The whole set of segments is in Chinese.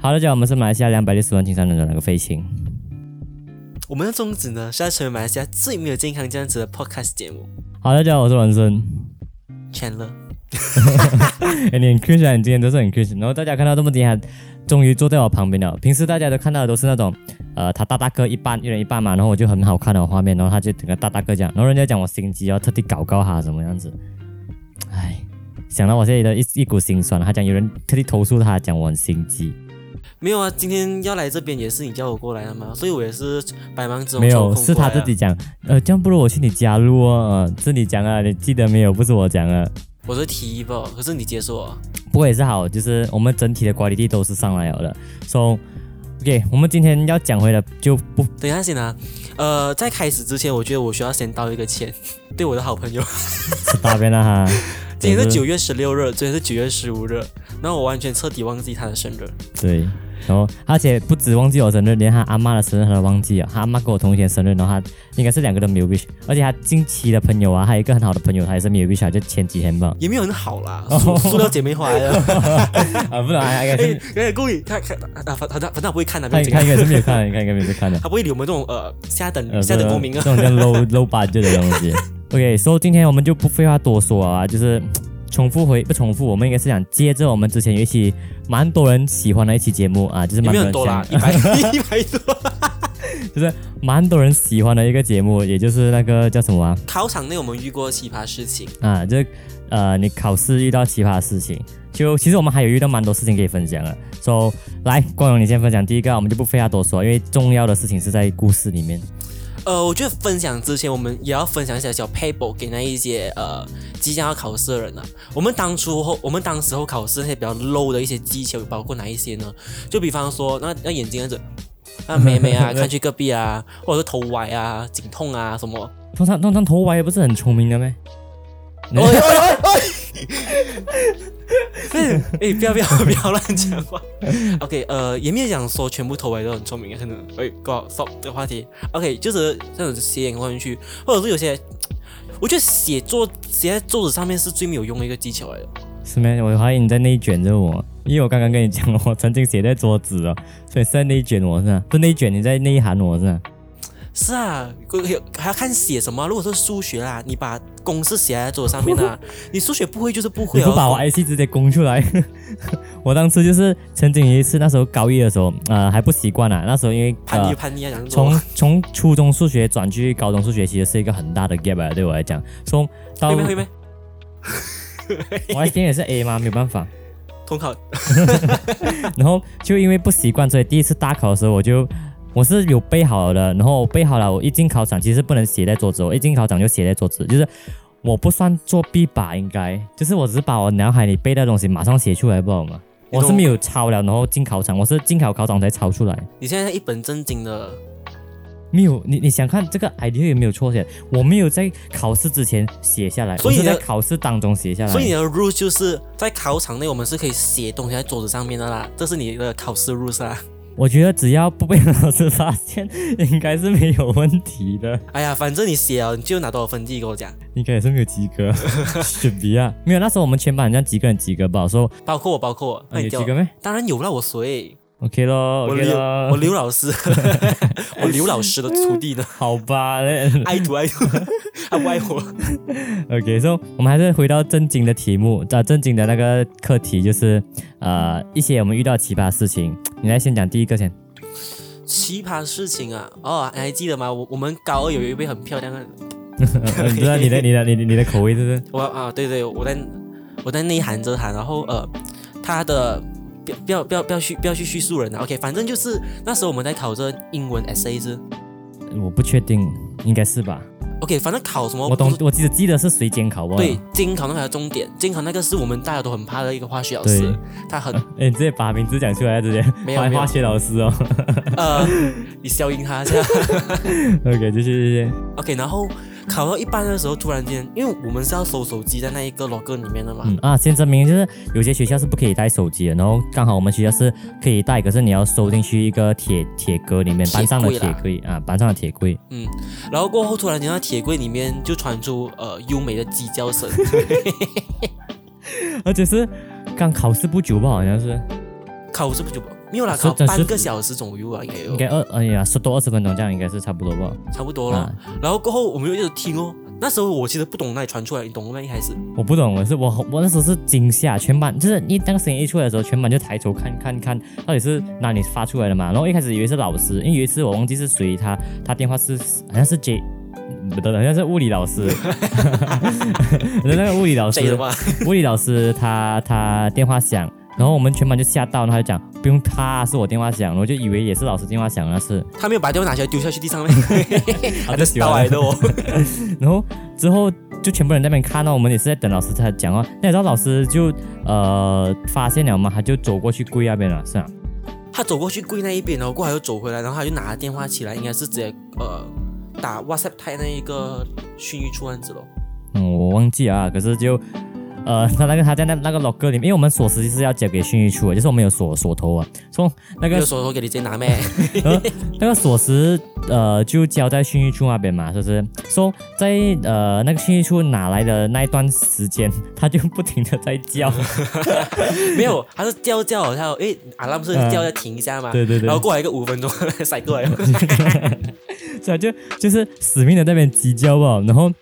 好，大家好，我们是马来西亚两百六十万青少年的哪个飞行？我们的宗旨呢是要成为马来西亚最没有健康这样子的 podcast 节目。好，大家好，我是王森。 Chandler，哎、你很 Christian，你今天都是很 Christian。然后大家看到这么厉害，终于坐在我旁边了。平时大家都看到的都是那种，呃，他大大个一半，一人一半嘛，然后我就很好看的画面，然后他就整个大大个这样，然后人家讲我心机，要特地搞搞他什么样子。哎，想到我现在的一一股心酸。他讲有人特地投诉他，讲我很心机，没有啊，今天要来这边也是你叫我过来的嘛，所以我也是百忙之中没抽有，空是过他来啊自己。讲。呃，这样不如我去你家录哦，呃是你讲啊，你记得没有？不是我讲啊。我是提议吧，可是你接受啊。不过也是好，就是我们整体的管理力都是上来了的。So OK，我们今天要讲回的就不等一下先啊，呃，在开始之前，我觉得我需要先道一个歉， 对我的 好朋友。是大便了 哈。今天是就是九月十六日，昨天是九月十五日，然后我完全彻底忘记他的生日。。对，然后而且不止忘记我生日，连他阿妈的生日他都忘记啊了。他阿妈跟我同一天生日，然后他应该是两个都没有 wish，而且他近期的朋友啊，还有一个很好的朋友，他也是没有 wish 啊，就前几天吧也没有很好啦，塑哦塑料姐妹花来的。 啊，不然他应该哎是，哎，顾宇，他看啊，反反正反正他不会看的，不他应他应该用紧啊，是没有看，应该应该没有看的。 他不会理我们这种呃下呃，等下等公民啊。这种叫 low low budget 的东西。OK，所、以今天我们就不废话多说啊，就是嗯重复回不重复，我们应该是想接着我们之前有一期蛮多人喜欢的一期节目啊，就是也蛮没有多很人多啦，想一百一百多。蛮多人喜欢的一个节目，也就是那个叫什么啊？考场内我们遇过奇葩事情，啊，就呃，你考试遇到奇葩的事情，就其实我们还有遇到蛮多事情可以分享的。So，来，光荣你先分享第一个，我们就不废话多说，因为重要的事情是在故事里面。呃，我觉得分享之前，我们也要分享一下小 paper 给那一些呃即将要考试的人呢、我们当初后，我们当时候考试那些比较 low 的一些技巧，包括哪一些呢？就比方说，那那眼睛那种，那美美啊，看去隔壁啊，或者是头歪啊、颈痛啊什么。通常通常头歪不是很聪明的咩？哎哎哎哎！哎，不要不要不要乱讲话。OK，呃，也没有讲说全部头尾都很聪明，可能哎，搞 stop 这个话题。OK，就是那种斜眼望进去，或者是有些，我觉得写作写在桌子上面是最没有用的一个技巧来的。是咩？我怀疑你在内卷着我，因为我刚刚跟你讲，我曾经写在桌子了，所以是在内卷我是吧？是内卷你在内涵我是吧？是啊，还要看写什么啊、如果说数学啦，你把公式写在桌子上面啊，你数学不会就是不会你啊。不把我 IC 直接供出来？ 我当初就是曾经有一次，那时候高一的时候，呃，还不习惯啊，那时候因为叛逆呃，叛逆啊，讲这种从从初中数学转去高中数学，其实是一个很大的 gap 啊，对我来讲，从到会没会没我今天也是 A 嘛，没有办法。统考然后就因为不习惯，所以第一次大考的时候，我就我是有备好的，然后我备好了，我一进考场其实不能写在桌子，我一进考场就写在桌子，就是我不算作弊吧，应该就是我只是把我脑海里背的东西马上写出来，不好吗？你我懂是没有抄了，然后进考场，我是进考考场才抄出来。你现在一本正经的没有，你你想看这个 idea 有没有错写？我没有在考试之前写下来，所以我是在呢考试当中写下来。所以你的 rules 就是在考场内，我们是可以写东西在桌子上面的啦，这是你的考试 rules 啦。 我觉得只要不被老师发现，应该是没有问题的。哎呀，反正你写了，你就拿多少分绩给我讲，应该也是没有及 格，选比啊，没有。那时候我们全班好像几个人及格吧，我说、包括我，包括我。啊、那有你及掉，格没当然有啦，我谁？ ？OK 咯我，OK 刘我咯，刘老 师，我刘老师的徒弟呢， 好吧 爱徒爱徒，他不爱我。 ，OK。所以我们还是回到正经的题目，啊，正经的那个课题就是呃一些我们遇到奇葩的事情。你来先讲第一个先，奇葩事情啊，哦，你还记得吗？我我们高二有一位很漂亮的，呃 你知道你的你的你的你的口味是不是？我啊，对对，我在我在内涵着他，然后呃，他的不要不要不要不要去不要去叙述人啊，OK，反正就是那时候我们在考这英文 SA 是。我不确定，应该是吧？ OK，反正考什么我不懂是，我记得记得是谁监考吧？对，监考那个才是重点，监考那个是我们大家都很怕的一个化学老对师，他很哎，你直接把名字讲出来，直接没有没有化学老师哦。 呃，你消音他一下。 OK，继续继续。 OK，然后考到一半的时候，突然间，因为我们是要收手机在那一个 locker 里面的嘛，嗯啊，先证明就是有些学校是不可以带手机的，然后刚好我们学校是可以带，可是你要收进去一个铁铁格里面，铁班上的柜铁啦柜啊，班上的铁柜，然后过后突然间，那铁柜里面就传出呃优美的鸡叫 声，而且是刚考试不久吧，好像是考试不久吧，没有啦，是搞真是半个小时左右啊，应该有应，该二哎呀十多二十分钟这样应该是差不多吧。差不多了啊。然后过后我们又一直听哦，那时候我其实不懂那里传出来，你懂吗？一开始我不懂，我是我我那时候是惊吓，全班就是一那个声音一出来的时候，全班就抬头看看看到底是哪里发出来的嘛。然后一开始以为是老师，因为有一次我忘记是谁，他他电话是好像是 J，不 对，好像是物理老师， 那个物理老师这，个嘛，物理老师他他电话响，然后我们全班就吓到，然后他就讲不用怕，是我电话响，然后就以为也是老师电话响，那是。 他没有把电话拿起来丢下去地 上面，还在喜欢倒来的哦。 然后之后就全部人在那边看到、我们也是在等老师才讲哦。那你知道老师就呃发现了嘛，他就走过去跪那边了，是啊，他走过去跪那一边，然后过来又走回来，然后他就拿电话起来，应该是直接呃打 WhatsApp 开那一个训育处这样子咯。嗯，我忘记了啊，可是就。呃，他那个他在那那个 locker 里面，因为我们锁匙是要交给训育处的，就是我们有锁锁头啊，从那个就说我给你直接拿咩？ 那个锁匙呃就交在训育处那边嘛，是不是？说、在呃那个训育处拿来的那一段时间，他就不停的在叫，没有，他是叫叫，他诶，阿拉不是叫要停一下嘛？嗯对对对然后过来一个五分钟， 甩 过来了。所以就 就是死命的那边鸡叫吧，然后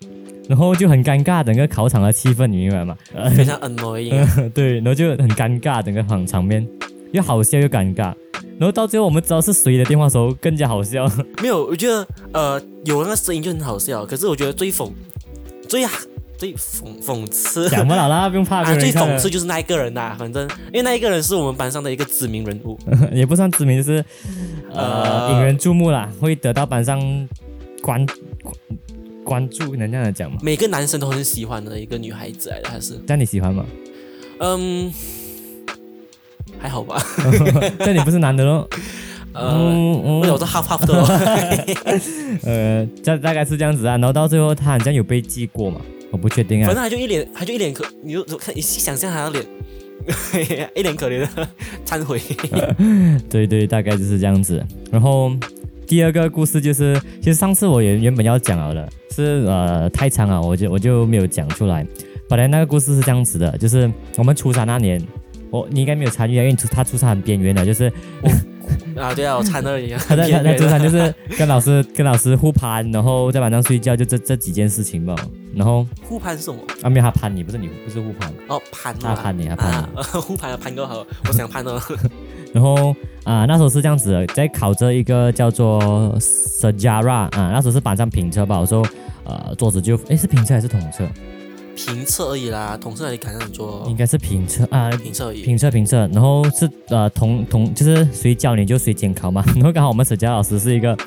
然后就很尴尬，整个考场的气氛，你明白吗？ 呃，非常 annoying 啊。对，然后就很尴尬，整个场场面又好笑又尴尬，然后到最后我们知道是谁的电话的时候更加好笑， 没有，我觉得呃有那个声音就很好笑，可是我觉得最讽最啊最讽讽刺。讲不了啦，不用怕， 啊，没有最人看讽了刺就是那一个人呐、反正因为那一个人是我们班上的一个知名人物， 也不算知名，就是呃呃引人注目啦，会得到班上关关关注，能这样讲吗？每个男生都很喜欢的一个女孩子来的，她是，这样你喜欢吗？ 嗯，还好吧，这样你不是男的咯？呃，嗯我有说 half half 的哦， 呃，大大概是这样子啊，然后到最后他好像有被记过嘛，我不确定反啊正。他就一脸，他就一脸可，你就看你想象他的脸， 一脸可怜的忏悔，对对，大概就是这样子。然后第二个故事就是，其实上次我原原本要讲了的，是呃太长了，我就我就没有讲出来。本来那个故事是这样子的，就是我们初三那年，我你应该没有参与啊，因为你初他初三很边缘的，就是啊，对啊，我掺了一样，他在他在对初啊 三就是跟老师跟老师互攀，然后在晚上睡觉，就这这几件事情吧。然后互攀是什么？啊没有他攀你，不是你不是互攀，哦，攀他嘛，攀你他攀你。 啊，互攀啊，攀够好，我想攀哦，然后啊、那时候是这样子的，在考这一个叫做 Sajara 啊、那时候是班上评测吧，我说呃，作者就诶是评测还是统测？评测而已啦，同事那里敢让你做应该是评测啊。评测而已，评测评测，然后是呃同同就是谁教你就谁监考嘛。 然后刚好我们 Sajara 老师是一个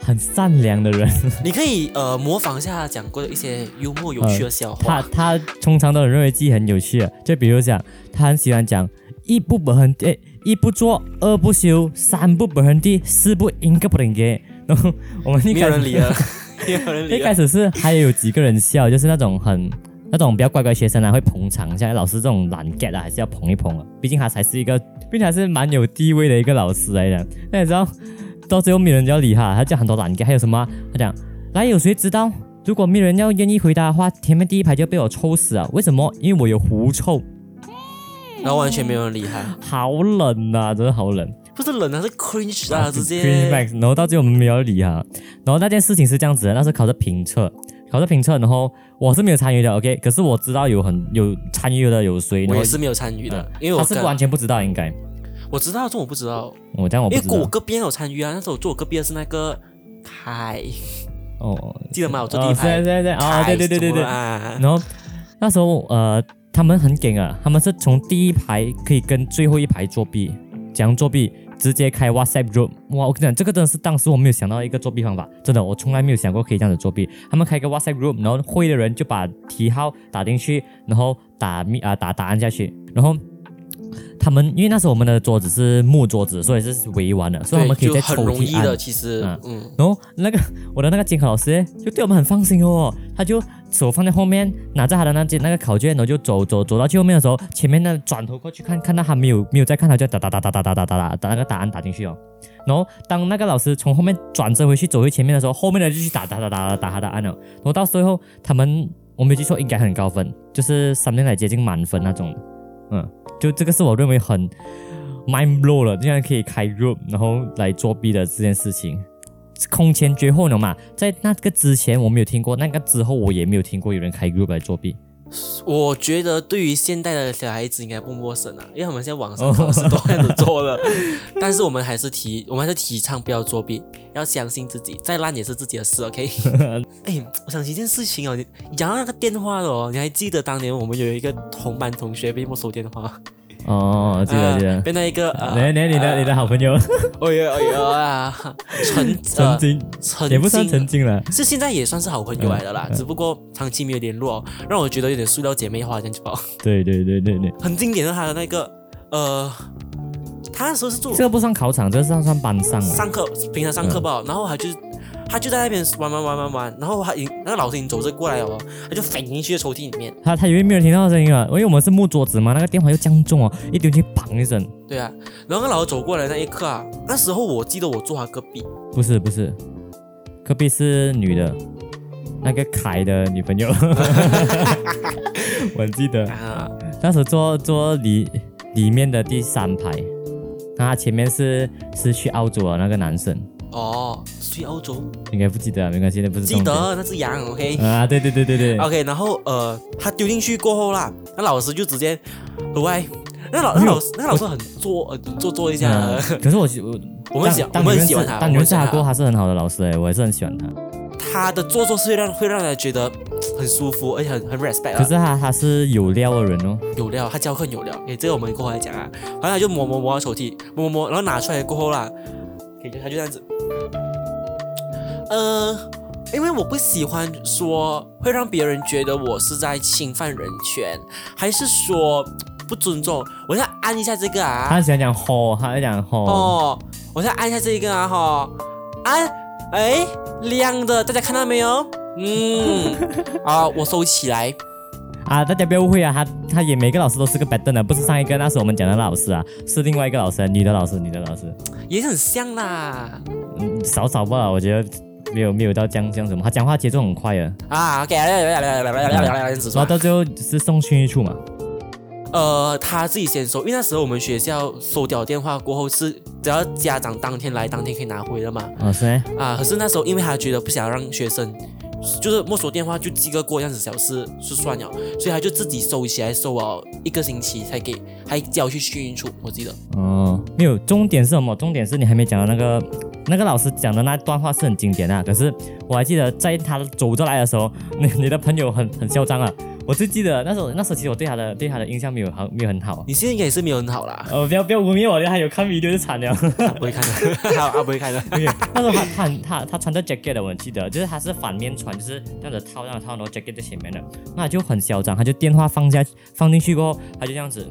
很善良的人，你可以呃模仿一下他讲过的一些幽默有趣的笑呃他话，他通常都很认为自己很有趣的，就比如讲他很喜欢讲一不本恒诶一不做二不休三不本恒地四不应该不能给，然后我们一没开有始人理了， 没有人一理了啊开。始是还有几个人笑，就是那种很那种比较乖乖学生啊，会捧场一下。老师这种懒 get 啊，还是要捧一捧啊，毕竟他才是一个，毕竟还是蛮有地位的一个老师来的。那你知道，到最后没人要理他，他讲很多懒 get，还有什么啊？他讲，来，有谁知道？如果没人要愿意回答的话，前面第一排就被我抽死啊！为什么？因为我有狐臭，然后完全没有人理他，好冷呐、真的好冷。不是冷啊，是 cringe 啊，直 g r e e 接 n b a c 然后到最后我们没有理哈。啊然后那件事情是这样子的，啊那时候考试评测，考试评测，然后我是没有参与的，OK，可是我知道有很有参与的有谁，我然后也是没有参与的，因为啊他我是跟完全不知道应该，我知道，这我不知道，我、这样我不因知为我道。隔壁有参与啊，那时候我坐我隔壁的是那个凯，哦，记得吗？我坐第哦，一是啊排，是啊是啊，哦，凯对对对对什么对。啊，然后那时候呃，他们很梗啊，他们是从第一排可以跟最后一排作弊，怎样作弊？直接开 WhatsApp group，哇！我跟你讲，这个真的是当时我没有想到一个作弊方法，真的，我从来没有想过可以这样子作弊。他们开个 WhatsApp group，然后会的人就把题号打进去，然后打密啊、打答案下去，然后。他们因为那时候我们的桌子是木桌子，所以是围完的，所以我们可以就在很抽容屉易按的，其实嗯，嗯，然后那个我的那个监考老师就对我们很放心哦，他就手放在后面，拿着他的那件那个考卷，然后就走走走到最后面的时候，前面那转头过去看，看到他没有没有在看，他就哒哒哒哒哒哒哒哒哒打那个答案打进去哦。然后当那个老师从后面转身回去走回前面的时候，后面的就去打打打打打打他答案了。然后到最后他们我没记错应该很高分，就是 something 来接近满分那种，嗯，就这个是我认为很 mind blow 了，竟然可以开 group 然后来作弊的这件事情，空前绝后了嘛！在那个之前我没有听过，那个之后我也没有听过有人开 group 来作弊。我觉得对于现代的小孩子应该不陌生啊，因为他们现在网上考试都开始做 了。但是我们还是提，我们还是提倡不要作弊，要相信自己，再烂也是自己的事，OK？哎， 我想起一件事情哦，你你讲到那个电话了哦，你还记得当年我们有一个同班同学被没收电话吗？哦，记得记哎得。被那一个呃，来来，啊你的你的好朋友哎呦哎呦啊，陈 曾经啊曾也不算曾经经嗯了，是现在也算是好朋友来的啦，只不过长期没有联络哦，让我觉得有点塑料姐妹花这样子吧。对对对对对，很经典的他的那个呃，他那时候是住这个不算考场，这个算算班上啊了。上课，平常上课吧，然后他就他就在那边玩玩玩玩玩，然后他已那个老师已经走着过来了哦，他就飞进去抽屉里面，他他以为没有听到声音啊，因为我们是木桌子嘛，那个电话又这样重哦，一丢进去砰一声，对啊，然后那老师走过来那一刻啊，那时候我记得我坐他隔壁，不是不是，隔壁是女的，那个凯的女朋 友，我记得啊，当时坐坐里里面的第三排，那他前面是是去澳洲的那个男生，哦，去欧洲，应该不记得啊，没关系，那不是记重点得那只羊，OK，啊，对对对对 对， OK，然后呃，他丢进去过后啦，那老师就直接额外，那老那老师那老师很做呃做作一下，嗯可是我喜我我们喜当当我们你认喜欢识他当我你们认喜识欢他他过，他是很好的老师哎，我也是很喜欢他。他的做作是会让会让人觉得很舒服，而且很很 respect 可啊是，他他是有料的人哦，有料，他教课很有料，诶，这个我们过后来讲啊，然后他就摸摸摸到抽屉，摸摸摸，然后拿出来过后啦，感觉他就这样子，呃。因为我不喜欢说会让别人觉得我是在侵犯人权，还是说不尊重。我要按一下这个啊，他想讲吼，他在讲吼，哦，我先按一下这一个啊哈，按，哎，亮的，大家看到没有？嗯，啊，我收起来。啊，大家不要误会啊，他他也每个老师都是个 b a t t e 的，不是上一个那时候我们讲的那老师啊，是另外一个老师，女的老师，女的老师，也是很像啦。嗯，少少吧，我觉得没有没有到这样这样什么，他讲话节奏很快啊，啊，OK，来来来来来来来来来，子然后说，到最后是送去一处嘛，呃，他自己先收，因为那时候我们学校收掉电话过后是只要家长当天来，当天可以拿回的嘛。哦是咩啊，可是那时候因为他觉得不想让学生。就是没收电话就记个过这样子小事就算了，所以他就自己收起来，收了一个星期才给，还交去训育处，我记得。哦，没有，重点是什么？重点是你还没讲到那个那个老师讲的那段话是很经典的啊、可是我还记得在他走着来的时候， 你你的朋友很很嚣张啊。我就记得那时候那时候其实我对他的对他的印象没有好没有很好。，你现在应该也是没有很好啦 呃，不要不要污蔑我，他有看 video 就惨了。他不会看的， 他啊他不会看的。没有 那时候他他很他他穿着 jacket 的，我很记得，就是他是反面穿，就是这样子套这样子套，然后 jacket 在前面的，那就很嚣张，他就电话放下放进去过后，他就这样子。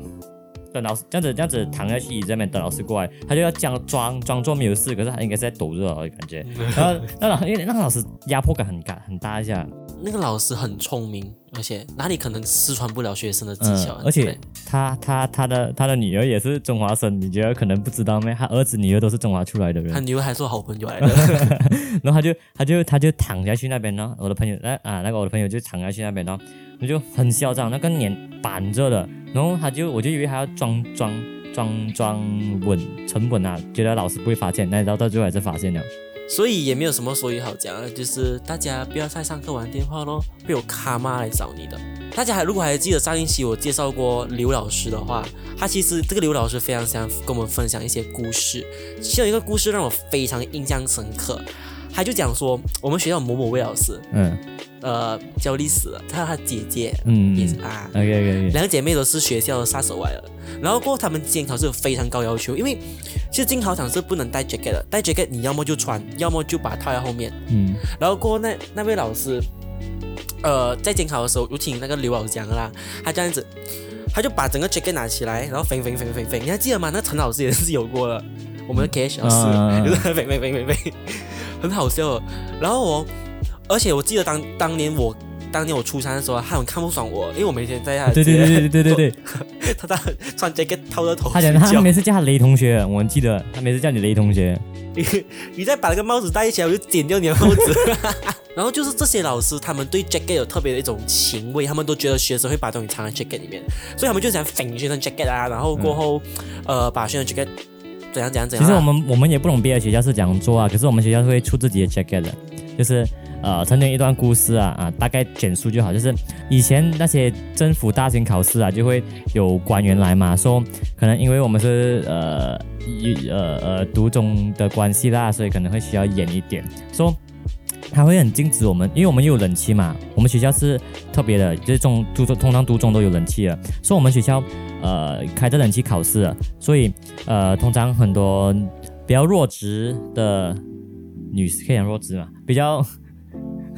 等老师这样子这样子躺下去椅子那边等老师过来，他就要装装装作没有事，可是他应该是在抖着哦感觉。嗯然后那老因为那个老师压迫感很大很大一下，那个老师很聪明，而且哪里可能失传不了学生的技嗯巧？，而且对他他他的他的女儿也是中华生，你觉得可能不知道吗？他儿子女儿都是中华出来的人他。女儿还是我好朋友来的。 然后他就他就他就躺下去那边呢，我的朋友那啊那个我的朋友就躺下去那边呢，我就很嚣张，那个脸板着的，然后他就我就以为他要装装装装稳沉稳啊，觉得老师不会发现，那然后到最后还是发现了。所以也没有什么所以好讲啊，就是大家不要再上课玩电话咯，会有卡妈来找你的。大家还如果还记得上一期我介绍过刘老师的话，他其实这个刘老师非常想跟我们分享一些故事，其中一个故事让我非常印象深刻。他就讲说，我们学校某某位老师，嗯呃，教历史的，他他姐姐嗯也是啊， ，OK OK OK，两姐妹都是学校的杀手来的。然后过后他们监考是有非常高要求，因为其实进考场是不能带 jacket 的，带 jacket 你要么就穿，要么就把它套在后面。嗯然后过后那那位老师，呃，在监考的时候，有听那个刘老师讲的啦，他这样子，他就把整个 jacket 拿起来，然后飞飞飞飞飞，你还记得吗？那陈老师也是有过的，我们的 K H 老师、嗯嗯嗯就是飞飞飞飞飞，很好笑哦。然后我，而且我记得当当年我。当年我初三的时候，他很看不爽我，因为我每天在他的对对街对对对对对，他他穿 jacket 套着头他讲睡他觉每次叫他雷同学，我很记得他每次叫你雷同学，你再把那个帽子戴起来，我就剪掉你的帽子。 然后就是这些老师，他们对 jacket 有特别的一种情味，他们都觉得学生会把东西藏在 jacket 里面，所以他们就想粉学生 jacket 啊，然后过后，呃，把学生 jacket 怎样怎样怎其样啊。实我们我们也不懂别的学校是怎样做啊，可是我们学校会出自己的 jacket 的，就是呃，曾经一段故事啊啊，大概简述就好，就是以前那些政府大型考试啊，就会有官员来嘛，说可能因为我们是呃一呃呃读中的关系啦，所以可能会需要严一点，说、他会很禁止我们，因为我们有冷气嘛，我们学校是特别的，就是中都中通常都中都有冷气了，所以我们学校呃开着冷气考试了，所以呃通常很多比较弱智的女可以讲弱智嘛，比较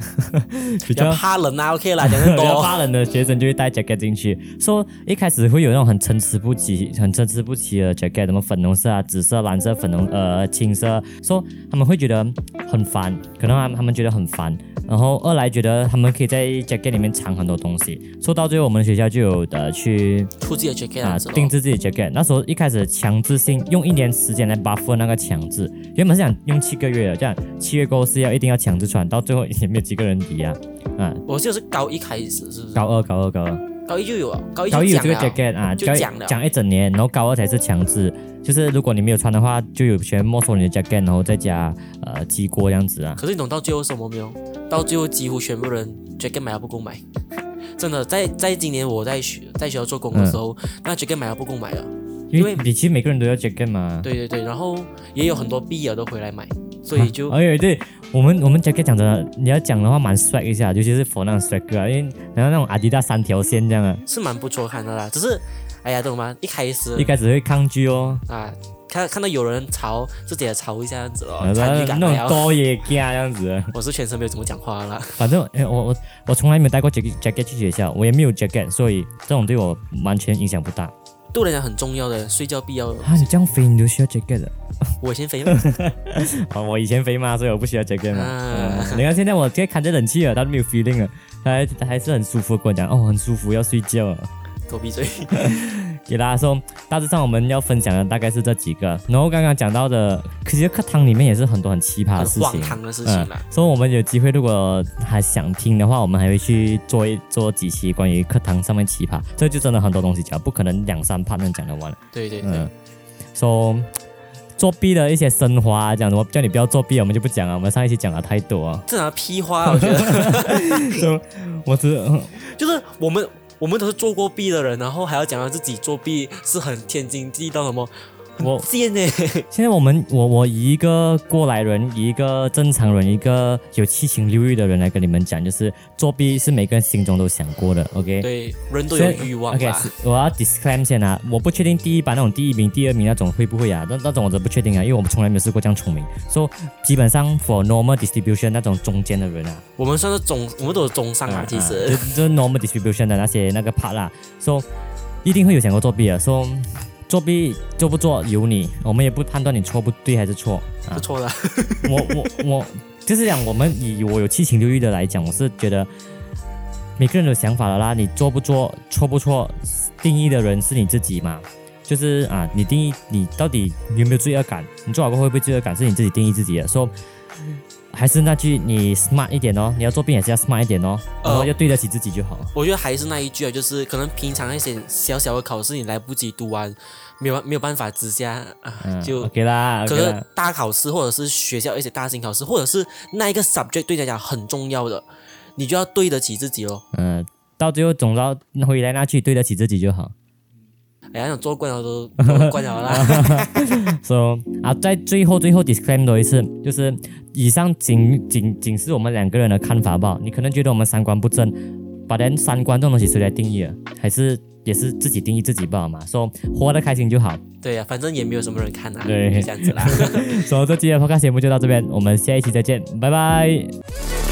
比比较较怕冷啊 ，OK 啦，讲得比较多。怕冷的学生就会带 jacket 进去，说、一开始会有那种很参差不齐、很参差不齐的 jacket，什么粉红色啊、紫色、蓝色、粉红呃青色，说、他们会觉得很烦，可能他们他们觉得很烦，然后二来觉得他们可以在 jacket 里面藏很多东西，说到最后我们学校就有呃去出自己的 jacket 啊啊，，定制自己的 jacket。那时候一开始强制性用一年时间来 buffer 那个强制，原本是想用七个月的，这样七月过后是要一定要强制穿，到最后也没有几个人理啊。啊，我记得是高一开始，是不是？高二，高二，高二。高一就有了，高一高就一有讲这个了。 jacket 啊，就高一讲了讲一整年，然后高二才是强制，就是如果你没有穿的话，就有权没收你的 jacket，然后再加呃鸡锅这样子啊。可是你懂到最后什么没有？到最后几乎全部人 jacket 买了不购买，真的，在在今年我在学在学校做工的时候，嗯那 jacket 买了不购买了。因因为为你其实每个人都要 jacket 嘛。对对对，然后也有很多毕业都回来买，所啊以就、哎、对我们我们 jacket 讲真的，你要讲的话蛮 swag 一下，尤其是 for 那种 swag 哥啊，因为然后那种阿迪达三条线这样啊，是蛮不错看的啦。只是，哎呀，懂吗？一开始一开始会抗拒哦，啊，看看到有人潮，自己也潮一下这样子咯，然哦参后与感啊那种了。多野家这样子啊。我是全程没有怎么讲话啦，反正哎我我我从来没有带过 jacket jacket 去学校，我也没有 jacket，所以这种对我完全影响不大。啊对我来讲很重要的，睡觉必要的。啊，你这样飞你都需要 jacket 的。我先 飞，哦，我以前肥嘛，所以我不需要 jacket 嘛。啊嗯你看现在我直接看着冷气了，它都没有 feeling 了，它还它还是很舒服。跟我讲哦，很舒服，要睡觉了。狗闭嘴。给大家说，大致上我们要分享的大概是这几个。然后刚刚讲到的，其实课堂里面也是很多很奇葩的事很荒情。唐的事情啦。嗯，所以我们有机会，如果还想听的话，我们还会去做一做几期关于课堂上面奇葩，这就真的很多东西讲，不可能两三 part 能讲得完。对对对，嗯，说、作弊的一些升华，啊讲什么叫你不要作弊，我们就不讲了。啊我们上一期讲了太多 了，这拿屁话，我觉得 就我只就是我们我们都是做过弊的人，然后还要讲到自己作弊是很天经地义到什么。我贱呢、现在我们我我以一个过来人，以一个正常人，一个有七情六欲的人来跟你们讲，就是作弊是每个人心中都想过的，OK？对，人都所以，有欲望 OK，啦。是我要 disclaim 先啊，我不确定第一班那种第一名、第二名那种会不会啊，那那种我都不确定啊，因为我们从来没有试过这样聪明。所、so, 以基本上 for normal distribution 那种中间的人啊，我们算是中，我们都有中上啊，其就实。嗯就是 normal distribution 的那些那个 part 啦，说、so, 一定会有想过作弊的，说、作弊做不做由你，我们也不判断你错不对还是错啊 不。错啦，我我我就是讲，我们以我有七情六欲的来讲，我是觉得每个人都有想法的啦。你做不做、错不错，定义的人是你自己嘛。就是啊，你定义你到底有没有罪恶感，你做好过会不会罪恶感，是你自己定义自己的。说、还是那句，你 smart 一点哦，你要做病也是要 smart 一点哦，然后呃要对得起自己就好。我觉得还是那一句啊，就是可能平常那些小小的考试你来不及读完，没有没有办法之下啊，嗯，就 OK 啦可，OK 啦是。大考试或者是学校一些大型考试，或者是那一个 subject 对你来讲很重要的，你就要对得起自己咯。嗯，到最后总要回来那句，对得起自己就好。哎呀，那种做官了都都官 了啦。 so 啊，在最后最后 disclaim 多一次，就是以上仅仅仅是我们两个人的看法吧。你可能觉得我们三观不正，把人三观这种东西谁来定义啊？还是也是自己定义自己不好嘛？说、so, 活得开心就好。对呀、反正也没有什么人看啊，对就这样子啦。所、so, 这期的 podcast 节目就到这边，我们下一期再见，拜拜。